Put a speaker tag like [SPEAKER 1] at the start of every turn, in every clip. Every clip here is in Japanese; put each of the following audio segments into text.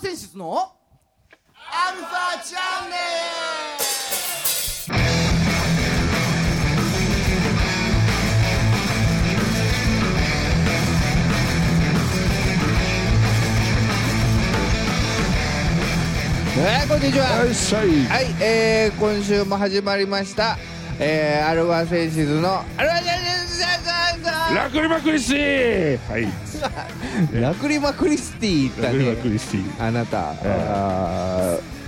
[SPEAKER 1] 選出のアルファチャンネルえー、こんにちは、
[SPEAKER 2] はい、さい。
[SPEAKER 1] はい、えー、今週も始まりました、えー、アルファセンシズのアルファセン
[SPEAKER 2] ラクリマクリスティはい。
[SPEAKER 1] シズラクリマクリスティだ
[SPEAKER 2] ラクリマク
[SPEAKER 1] ね
[SPEAKER 2] リスティ
[SPEAKER 1] あなたあ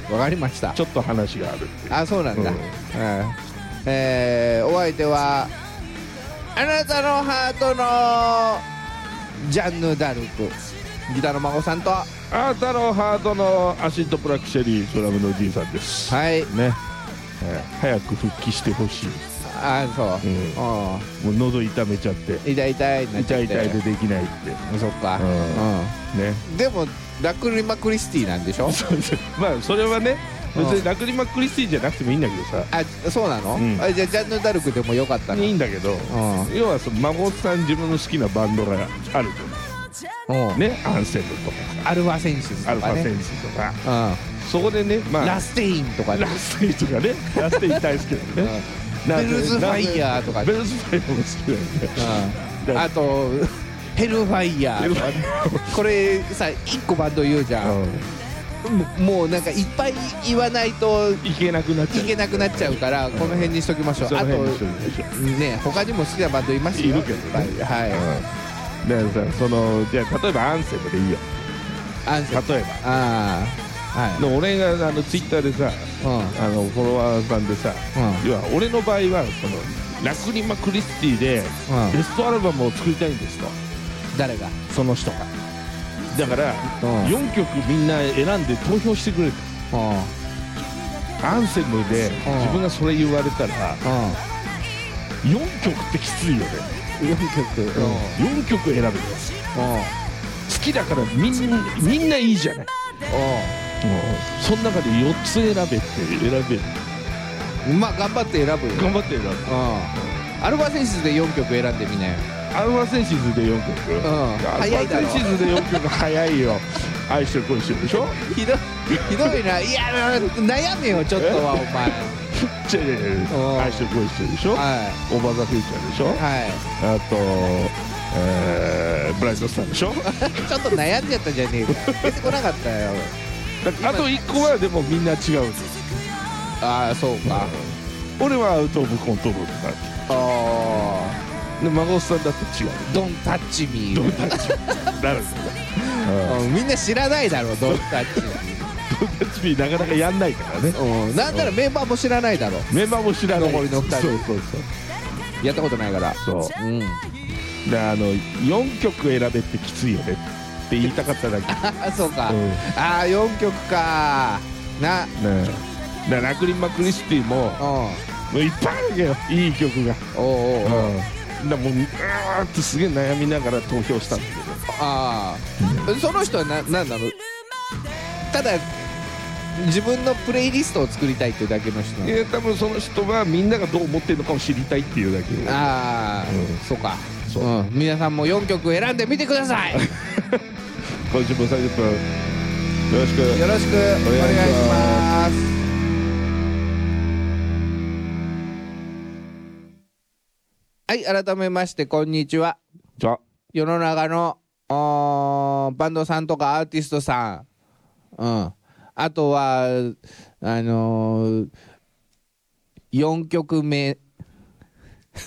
[SPEAKER 1] ーわかりました
[SPEAKER 2] ちょっと話がある。
[SPEAKER 1] あそうなんだ、
[SPEAKER 2] う
[SPEAKER 1] うんんえー、お相手はあなたのハートのジャンヌ・ダルクギターの孫さんとは
[SPEAKER 2] あーたのハートのアシッドブラックシェリードラムのじいさんです。
[SPEAKER 1] い
[SPEAKER 2] ね。えー早く復帰してほしい。
[SPEAKER 1] あそううんうん
[SPEAKER 2] もう喉痛めちゃって。
[SPEAKER 1] 痛い痛いになっち
[SPEAKER 2] 痛
[SPEAKER 1] ゃ
[SPEAKER 2] い
[SPEAKER 1] って
[SPEAKER 2] 痛いでできないって。
[SPEAKER 1] そっか
[SPEAKER 2] う
[SPEAKER 1] うんん
[SPEAKER 2] ね。
[SPEAKER 1] でもラクリマクリスティなんでしょ
[SPEAKER 2] まあそれはね、
[SPEAKER 1] うん
[SPEAKER 2] 別にラクリマクリスティじゃなくてもいいんだけどさ。
[SPEAKER 1] あそうなの、
[SPEAKER 2] うん
[SPEAKER 1] あじゃあジャンヌ・ダルクでもよかったの
[SPEAKER 2] いいんだけど、要はその孫さん自分の好きなバンドがあると
[SPEAKER 1] うん
[SPEAKER 2] ねアンセムとか
[SPEAKER 1] アルファセンシズ
[SPEAKER 2] アル
[SPEAKER 1] と
[SPEAKER 2] フ
[SPEAKER 1] か
[SPEAKER 2] ァセ
[SPEAKER 1] ね
[SPEAKER 2] ンスとか
[SPEAKER 1] う
[SPEAKER 2] そこでねまあ
[SPEAKER 1] んラステインとかね
[SPEAKER 2] ラステイとかね、ラステイ大好きなんでね。
[SPEAKER 1] ベルズファイヤーとか
[SPEAKER 2] ベルズファイヤーも好きなんで。
[SPEAKER 1] うんあとヘルファイヤ
[SPEAKER 2] ベ
[SPEAKER 1] ー
[SPEAKER 2] ルズファイヤ
[SPEAKER 1] これさ一個バンド言うじゃ
[SPEAKER 2] ー
[SPEAKER 1] ん、
[SPEAKER 2] も
[SPEAKER 1] もうなんかいっぱい言わないとい
[SPEAKER 2] うんいけなくなっちゃう。
[SPEAKER 1] けなくなっちゃうからこの辺にしときましょう、
[SPEAKER 2] その
[SPEAKER 1] あ
[SPEAKER 2] 辺
[SPEAKER 1] と
[SPEAKER 2] にしときましょ
[SPEAKER 1] ね他にも好きなバンドいますよ
[SPEAKER 2] いるけどね
[SPEAKER 1] いっぱいはい、
[SPEAKER 2] うん。だからさ、その、じゃあ例えばアンセムでいいよ。
[SPEAKER 1] アンセム
[SPEAKER 2] 例え
[SPEAKER 1] ああはい
[SPEAKER 2] ば。で俺があのツイッターでさ、
[SPEAKER 1] うん
[SPEAKER 2] あのフォロワーさんでさ、
[SPEAKER 1] うん
[SPEAKER 2] 要は俺の場合は、その、ラクリマ・クリスティで
[SPEAKER 1] うん
[SPEAKER 2] ベストアルバムを作りたいんですと、
[SPEAKER 1] 誰が
[SPEAKER 2] その人が。だから、
[SPEAKER 1] うん
[SPEAKER 2] 4曲みんな選んで投票してくれて。
[SPEAKER 1] うんうん
[SPEAKER 2] アンセムで自分がそれ言われたら4曲ってきついよね
[SPEAKER 1] 4曲うんうん
[SPEAKER 2] 4曲選ぶの好きだからみんなみんないいじゃないその中で4つ選べって選べ
[SPEAKER 1] うんまあ頑張って選ぶよ
[SPEAKER 2] 頑張って選ぶ
[SPEAKER 1] うんアルファセンシズで4曲選んでみなよ
[SPEAKER 2] アルファセンシズで4曲、
[SPEAKER 1] ん
[SPEAKER 2] アルフ
[SPEAKER 1] 早い
[SPEAKER 2] ァ
[SPEAKER 1] だ
[SPEAKER 2] セ
[SPEAKER 1] ろ
[SPEAKER 2] ンシズで4曲早いよ愛してる恋してるでしょ
[SPEAKER 1] ひどいひどいないや悩めよちょっとはお前
[SPEAKER 2] 違う違う違
[SPEAKER 1] う
[SPEAKER 2] うん愛してる恋してるでしょ
[SPEAKER 1] は
[SPEAKER 2] オーバーザフューチャーでしょ
[SPEAKER 1] いはい
[SPEAKER 2] あと、えーブライトスターでしょ
[SPEAKER 1] ちょっと悩んじゃったじゃねえか出てこなかったよ
[SPEAKER 2] だ からあと1個はでもみんな違うんです
[SPEAKER 1] ああそうか
[SPEAKER 2] 俺はアウト・オブ・コントロールだ
[SPEAKER 1] あ
[SPEAKER 2] で孫さんだって違う
[SPEAKER 1] ドンタッチミ
[SPEAKER 2] どん
[SPEAKER 1] ー
[SPEAKER 2] たち なるんだ
[SPEAKER 1] みんな知らないだろドンタッチ
[SPEAKER 2] どんたちなかなかやんないからね
[SPEAKER 1] ミーうんなんならメンバーも知らないだろ
[SPEAKER 2] メンバーも知らない
[SPEAKER 1] 残りの二人
[SPEAKER 2] そうそう
[SPEAKER 1] やったことないから
[SPEAKER 2] そうそう
[SPEAKER 1] うん
[SPEAKER 2] であの4曲選べってきついよねって言いたかっただけ
[SPEAKER 1] ああそうか
[SPEAKER 2] うん
[SPEAKER 1] ああ4曲かな
[SPEAKER 2] ねえだからラクリンマ・クリスティも
[SPEAKER 1] うん
[SPEAKER 2] もういっぱいあるわけよいい曲が
[SPEAKER 1] おうおう
[SPEAKER 2] うんだからもううわーってすげえ悩みながら投票したんだけど
[SPEAKER 1] ああその人はな何なのただ自分のプレイリストを作りたいっていうだけの人なの
[SPEAKER 2] いや多分その人はみんながどう思ってるのかを知りたいっていうだけで
[SPEAKER 1] ああ、
[SPEAKER 2] うん
[SPEAKER 1] そうか
[SPEAKER 2] そう
[SPEAKER 1] うん、皆さんも4曲選んでみてくださいよ
[SPEAKER 2] 今週も30分よろしく
[SPEAKER 1] ろしくお
[SPEAKER 2] お願
[SPEAKER 1] 願
[SPEAKER 2] い
[SPEAKER 1] い
[SPEAKER 2] し
[SPEAKER 1] し
[SPEAKER 2] ま
[SPEAKER 1] ますはい改めましてこんにちは
[SPEAKER 2] じゃ あ
[SPEAKER 1] 世の中のおーバンドさんとかアーティストさん、うん、あとはあのー、4曲目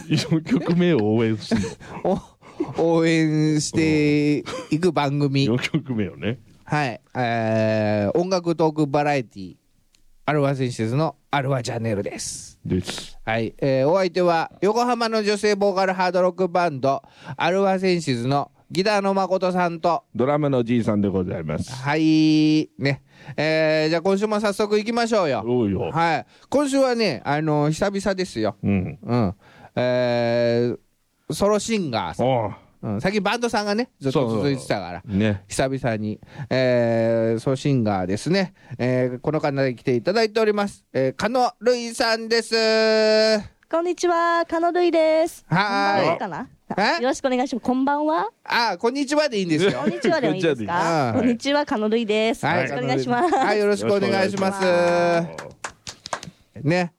[SPEAKER 2] 4曲目を応援する
[SPEAKER 1] を応援していく番組、
[SPEAKER 2] 4曲目をね
[SPEAKER 1] はいえー、音楽トークバラエティアルファ選手のアルファチャンネルです。
[SPEAKER 2] です
[SPEAKER 1] はい、えーお相手は横浜の女性ボーカルハードロックバンドアルファセンシズのギターの誠さんと
[SPEAKER 2] ドラムのじいさんでございます
[SPEAKER 1] はい、ね。えーじゃあ今週も早速行きましょうよ。
[SPEAKER 2] おうよ、
[SPEAKER 1] はい。今週はね、あの久々ですよ。
[SPEAKER 2] うん
[SPEAKER 1] うん。えーソロシンガーさん。
[SPEAKER 2] おう
[SPEAKER 1] うん、最近バンドさんがね、ずっと続いてたから。
[SPEAKER 2] ね
[SPEAKER 1] 久々に、えーソロシンガーですね、えーこの方に来ていただいております、えー、加野瑠衣さんです。
[SPEAKER 3] こんにちは、カノルイです。
[SPEAKER 1] はーい
[SPEAKER 3] こんばんはかな
[SPEAKER 1] え
[SPEAKER 3] よろしくお願いします。こんばんは。
[SPEAKER 1] あ、こんにちはでいいんですよ
[SPEAKER 3] こ。んにちはでもいいですか。
[SPEAKER 1] こん
[SPEAKER 3] こん
[SPEAKER 1] に
[SPEAKER 3] にちは、カノルイです。よろしくお願いします。
[SPEAKER 1] はい、よろしくお願いしま
[SPEAKER 3] よろしくお願
[SPEAKER 1] す。ね、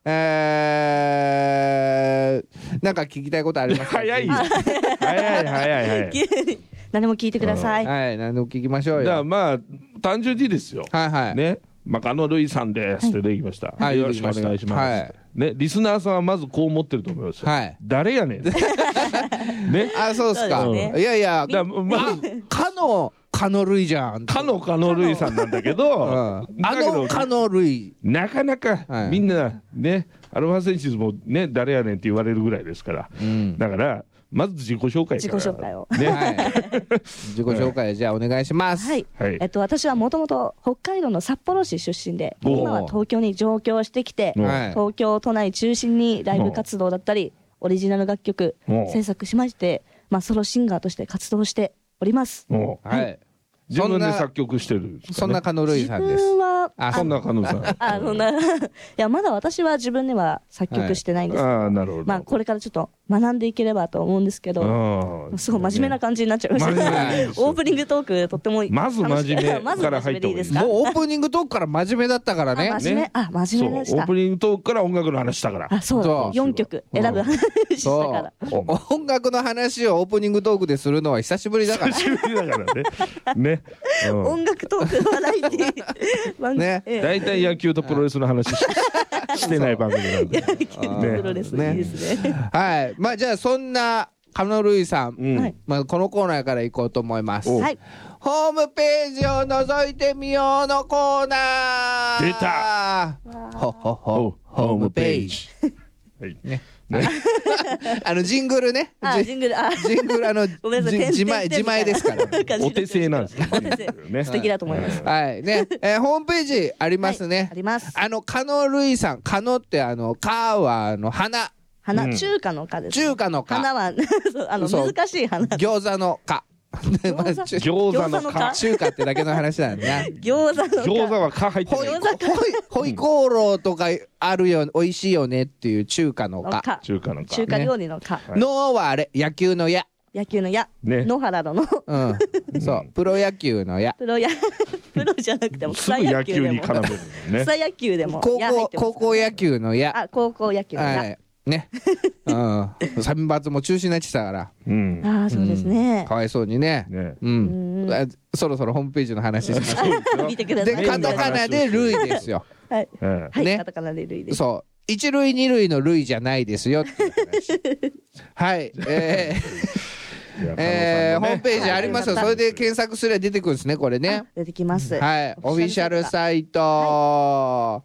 [SPEAKER 1] えー、なんか聞きたいことありますか
[SPEAKER 2] 早いよ。早い早い早い。
[SPEAKER 3] 急に何も聞いてください。
[SPEAKER 1] はい、何でも聞きましょう
[SPEAKER 2] じゃあ
[SPEAKER 1] よ。
[SPEAKER 2] まあ単純にですよ。
[SPEAKER 1] はいはい。
[SPEAKER 2] ね、マカノルイさんですってできました。
[SPEAKER 1] はい
[SPEAKER 2] よろしくお願いします。
[SPEAKER 1] はい
[SPEAKER 2] ね、リスナーさんはまずこう思ってると思いますよ。
[SPEAKER 1] はい
[SPEAKER 2] 誰やね ん。ね、
[SPEAKER 1] あ、そうですか。
[SPEAKER 3] そう
[SPEAKER 2] です
[SPEAKER 1] いやいや、
[SPEAKER 2] だ まあ
[SPEAKER 1] かの、かの類じゃん。
[SPEAKER 2] かのカノルイさんなんだけ
[SPEAKER 1] う
[SPEAKER 2] ど、
[SPEAKER 1] ん、あ
[SPEAKER 2] だけど
[SPEAKER 1] のかの類。
[SPEAKER 2] なかなか
[SPEAKER 1] はい
[SPEAKER 2] みんなね、アルファセンシズもね誰やねんって言われるぐらいですから。
[SPEAKER 1] うん。
[SPEAKER 2] だからまず自己紹介から。
[SPEAKER 3] 自己紹介を
[SPEAKER 2] ね、
[SPEAKER 1] はい。自己紹介、じゃあお願いします。
[SPEAKER 3] はい、
[SPEAKER 2] はい
[SPEAKER 3] えっと、私はもともと北海道の札幌市出身で、
[SPEAKER 2] おー
[SPEAKER 3] 今は東京に上京してきて、
[SPEAKER 2] うん
[SPEAKER 1] はい
[SPEAKER 3] 東京都内中心にライブ活動だったり、オリジナル楽曲
[SPEAKER 2] うん
[SPEAKER 3] 制作しまして、まあ、ソロシンガーとして活動しております。
[SPEAKER 2] もう
[SPEAKER 1] はい。
[SPEAKER 2] 自分で
[SPEAKER 1] そんな
[SPEAKER 2] 作曲してるんです
[SPEAKER 1] そ
[SPEAKER 2] か
[SPEAKER 1] ん
[SPEAKER 2] ね、
[SPEAKER 1] なかの類
[SPEAKER 3] 自
[SPEAKER 1] さんです
[SPEAKER 3] 分。は、
[SPEAKER 1] あ
[SPEAKER 2] そんなカノルイさん。
[SPEAKER 3] あのな、 いや、まだ私は自分では作曲してないんですけど、
[SPEAKER 2] ああなるほど。
[SPEAKER 3] まあ、これからちょっと学んでいければと思うんですけど、
[SPEAKER 2] ああ
[SPEAKER 3] すごい真面目な感じになっちゃいました
[SPEAKER 2] 真
[SPEAKER 3] け
[SPEAKER 2] 面
[SPEAKER 3] ど。
[SPEAKER 2] 目なんですよ
[SPEAKER 3] オープニングトークとっても楽しく
[SPEAKER 2] まず真面目
[SPEAKER 3] まず
[SPEAKER 2] から
[SPEAKER 3] 真
[SPEAKER 2] 入った方
[SPEAKER 3] 面目でいい
[SPEAKER 2] がいい
[SPEAKER 3] ですか
[SPEAKER 1] もうオープニングトークから真面目だったからね
[SPEAKER 3] あ。真面目、
[SPEAKER 2] ね
[SPEAKER 3] あ真
[SPEAKER 2] そう
[SPEAKER 3] 面目
[SPEAKER 2] オ
[SPEAKER 3] でした
[SPEAKER 2] ープニングトークから音楽の話したから
[SPEAKER 3] あそうだ
[SPEAKER 1] そう
[SPEAKER 3] 4曲選ぶ話した
[SPEAKER 1] そ
[SPEAKER 3] から
[SPEAKER 1] う。音楽の話をオープニングトークでするのは久しぶりだ から。
[SPEAKER 2] 久 しぶりだからねね、う
[SPEAKER 3] 音楽トークバラエティー番組
[SPEAKER 1] ね
[SPEAKER 3] え
[SPEAKER 2] ん、
[SPEAKER 3] え
[SPEAKER 2] 大体野球とプロレスの話 ししてない番組なんで
[SPEAKER 1] ね
[SPEAKER 3] プロレスいいですね
[SPEAKER 1] はい。まあじゃあそんなカノルイさん、
[SPEAKER 2] うん
[SPEAKER 3] はい
[SPEAKER 1] まあこのコーナーから行こうと思います。
[SPEAKER 2] お
[SPEAKER 3] はい
[SPEAKER 1] ホームページを覗いてみようのコーナー
[SPEAKER 2] 出た
[SPEAKER 1] ほほ
[SPEAKER 2] お
[SPEAKER 1] ほホームページ。
[SPEAKER 2] はい
[SPEAKER 1] ね
[SPEAKER 2] ね
[SPEAKER 1] あのジングルね。
[SPEAKER 3] あ
[SPEAKER 1] ジ
[SPEAKER 3] ジングルあ
[SPEAKER 1] ジングルあのじ
[SPEAKER 3] ごめんなさい点
[SPEAKER 1] 自
[SPEAKER 3] 々
[SPEAKER 1] 前
[SPEAKER 3] 点
[SPEAKER 1] 自
[SPEAKER 3] 々みた
[SPEAKER 1] 前
[SPEAKER 3] いな
[SPEAKER 1] ですから。
[SPEAKER 3] 感じ
[SPEAKER 2] お手製なんですよ
[SPEAKER 3] お手製
[SPEAKER 2] ね
[SPEAKER 3] 素敵だと思います
[SPEAKER 1] はいね、えーホームページありますね。
[SPEAKER 3] はいあります
[SPEAKER 1] あのカノルイさん、カノってあのカはあの花、
[SPEAKER 3] 花
[SPEAKER 2] うん
[SPEAKER 3] 中華の花です
[SPEAKER 1] 中華の
[SPEAKER 3] 花
[SPEAKER 1] 花、
[SPEAKER 3] は そうあの
[SPEAKER 1] そう
[SPEAKER 3] 難しい 花
[SPEAKER 1] 餃子の花。まあ
[SPEAKER 3] 餃
[SPEAKER 1] 中
[SPEAKER 2] 餃子
[SPEAKER 3] 餃子
[SPEAKER 2] の
[SPEAKER 3] の
[SPEAKER 2] か
[SPEAKER 3] か
[SPEAKER 1] 中華ってだけの話なんだな。
[SPEAKER 3] 餃子の
[SPEAKER 2] 餃子
[SPEAKER 3] 花
[SPEAKER 2] はか入って
[SPEAKER 1] ホイ
[SPEAKER 2] ない
[SPEAKER 3] 餃子 か
[SPEAKER 1] ホイホイコーローとかあるよ、美味しいよねっていう中華の
[SPEAKER 3] の
[SPEAKER 1] 花。
[SPEAKER 3] 花
[SPEAKER 2] 中華のか
[SPEAKER 3] 中華料理の花
[SPEAKER 2] 華
[SPEAKER 1] のはあれ、野球の矢。
[SPEAKER 3] 野球の矢
[SPEAKER 2] ね
[SPEAKER 3] 野原のの
[SPEAKER 1] うん。そう、プロ野球の矢。
[SPEAKER 3] プロや プロじゃなくても
[SPEAKER 2] す
[SPEAKER 3] 草
[SPEAKER 2] ぐ野
[SPEAKER 3] 野
[SPEAKER 2] 球
[SPEAKER 3] 球で
[SPEAKER 2] に
[SPEAKER 3] も
[SPEAKER 2] 絡めるのね
[SPEAKER 3] 草野球でも
[SPEAKER 1] 高
[SPEAKER 3] 矢入っ
[SPEAKER 1] 校、
[SPEAKER 3] てます
[SPEAKER 1] 高校野球の矢。
[SPEAKER 3] あ高校野球の矢
[SPEAKER 1] はい。ね。うん。三抜も中止になっちゃったから。
[SPEAKER 2] うん
[SPEAKER 3] ああそうですね
[SPEAKER 1] か。わいそうにね。
[SPEAKER 2] ね
[SPEAKER 1] うん。あそろそろホームページの話しましょ
[SPEAKER 3] 見てく
[SPEAKER 1] う。
[SPEAKER 3] ださ
[SPEAKER 1] で
[SPEAKER 3] い。、
[SPEAKER 1] カタカナで類ですよ。
[SPEAKER 3] はい、
[SPEAKER 2] え
[SPEAKER 3] はい
[SPEAKER 1] ね
[SPEAKER 3] カタカナで類です。
[SPEAKER 1] そう。一類二類の類じゃないですよっていう 話はい。えー
[SPEAKER 2] えいや
[SPEAKER 1] えー
[SPEAKER 2] 加納さんのね
[SPEAKER 1] ホームページありますよ。
[SPEAKER 3] はい
[SPEAKER 1] それで検索すれば出てくるんですね、これね。
[SPEAKER 3] 出てきます。
[SPEAKER 1] はい。オフィシャルサイト。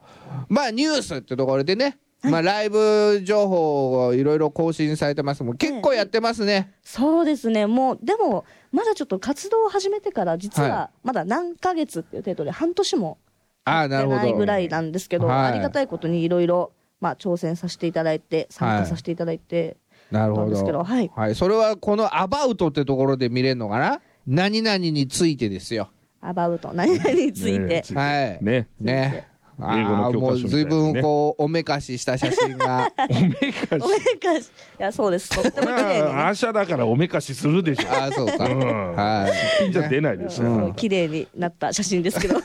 [SPEAKER 1] まあ、ニュースってところでね。まあ、ライブ情報をいろいろ更新されてますもん。結構やってますね。
[SPEAKER 3] そうですね。もうでもまだちょっと活動を始めてから実
[SPEAKER 1] は
[SPEAKER 3] はまだ何ヶ月っていう程度で半年も
[SPEAKER 1] ああ、
[SPEAKER 3] 経っ
[SPEAKER 1] な
[SPEAKER 3] て
[SPEAKER 1] るほ
[SPEAKER 3] ないぐ
[SPEAKER 1] ど。
[SPEAKER 3] らいなんですけど、
[SPEAKER 1] はい
[SPEAKER 3] ありがたいことにいろいろまあ挑戦させていただいて参加させていただいて、
[SPEAKER 1] なる
[SPEAKER 3] な
[SPEAKER 1] ほ
[SPEAKER 3] んですけど
[SPEAKER 1] ど。
[SPEAKER 3] はい。
[SPEAKER 1] はい。それはこのアバウトってところで見れるのかな何々についてですよ。
[SPEAKER 3] アバウト何々につい
[SPEAKER 2] ね
[SPEAKER 3] て、
[SPEAKER 1] はい。
[SPEAKER 2] ね
[SPEAKER 1] ね。あ
[SPEAKER 2] 英語の
[SPEAKER 1] あ、
[SPEAKER 2] 教科書みたいなね
[SPEAKER 1] もう随分こう、おめかしした写真 が。
[SPEAKER 2] おめかし
[SPEAKER 3] おめかしいやそうです。とっても綺麗にね
[SPEAKER 2] アーシャだからおめかしするでしょ
[SPEAKER 1] ああ、そうか。
[SPEAKER 2] うん
[SPEAKER 1] はい。
[SPEAKER 2] じゃ出ないです
[SPEAKER 3] そう
[SPEAKER 2] よ
[SPEAKER 3] 綺麗になった写真ですけど。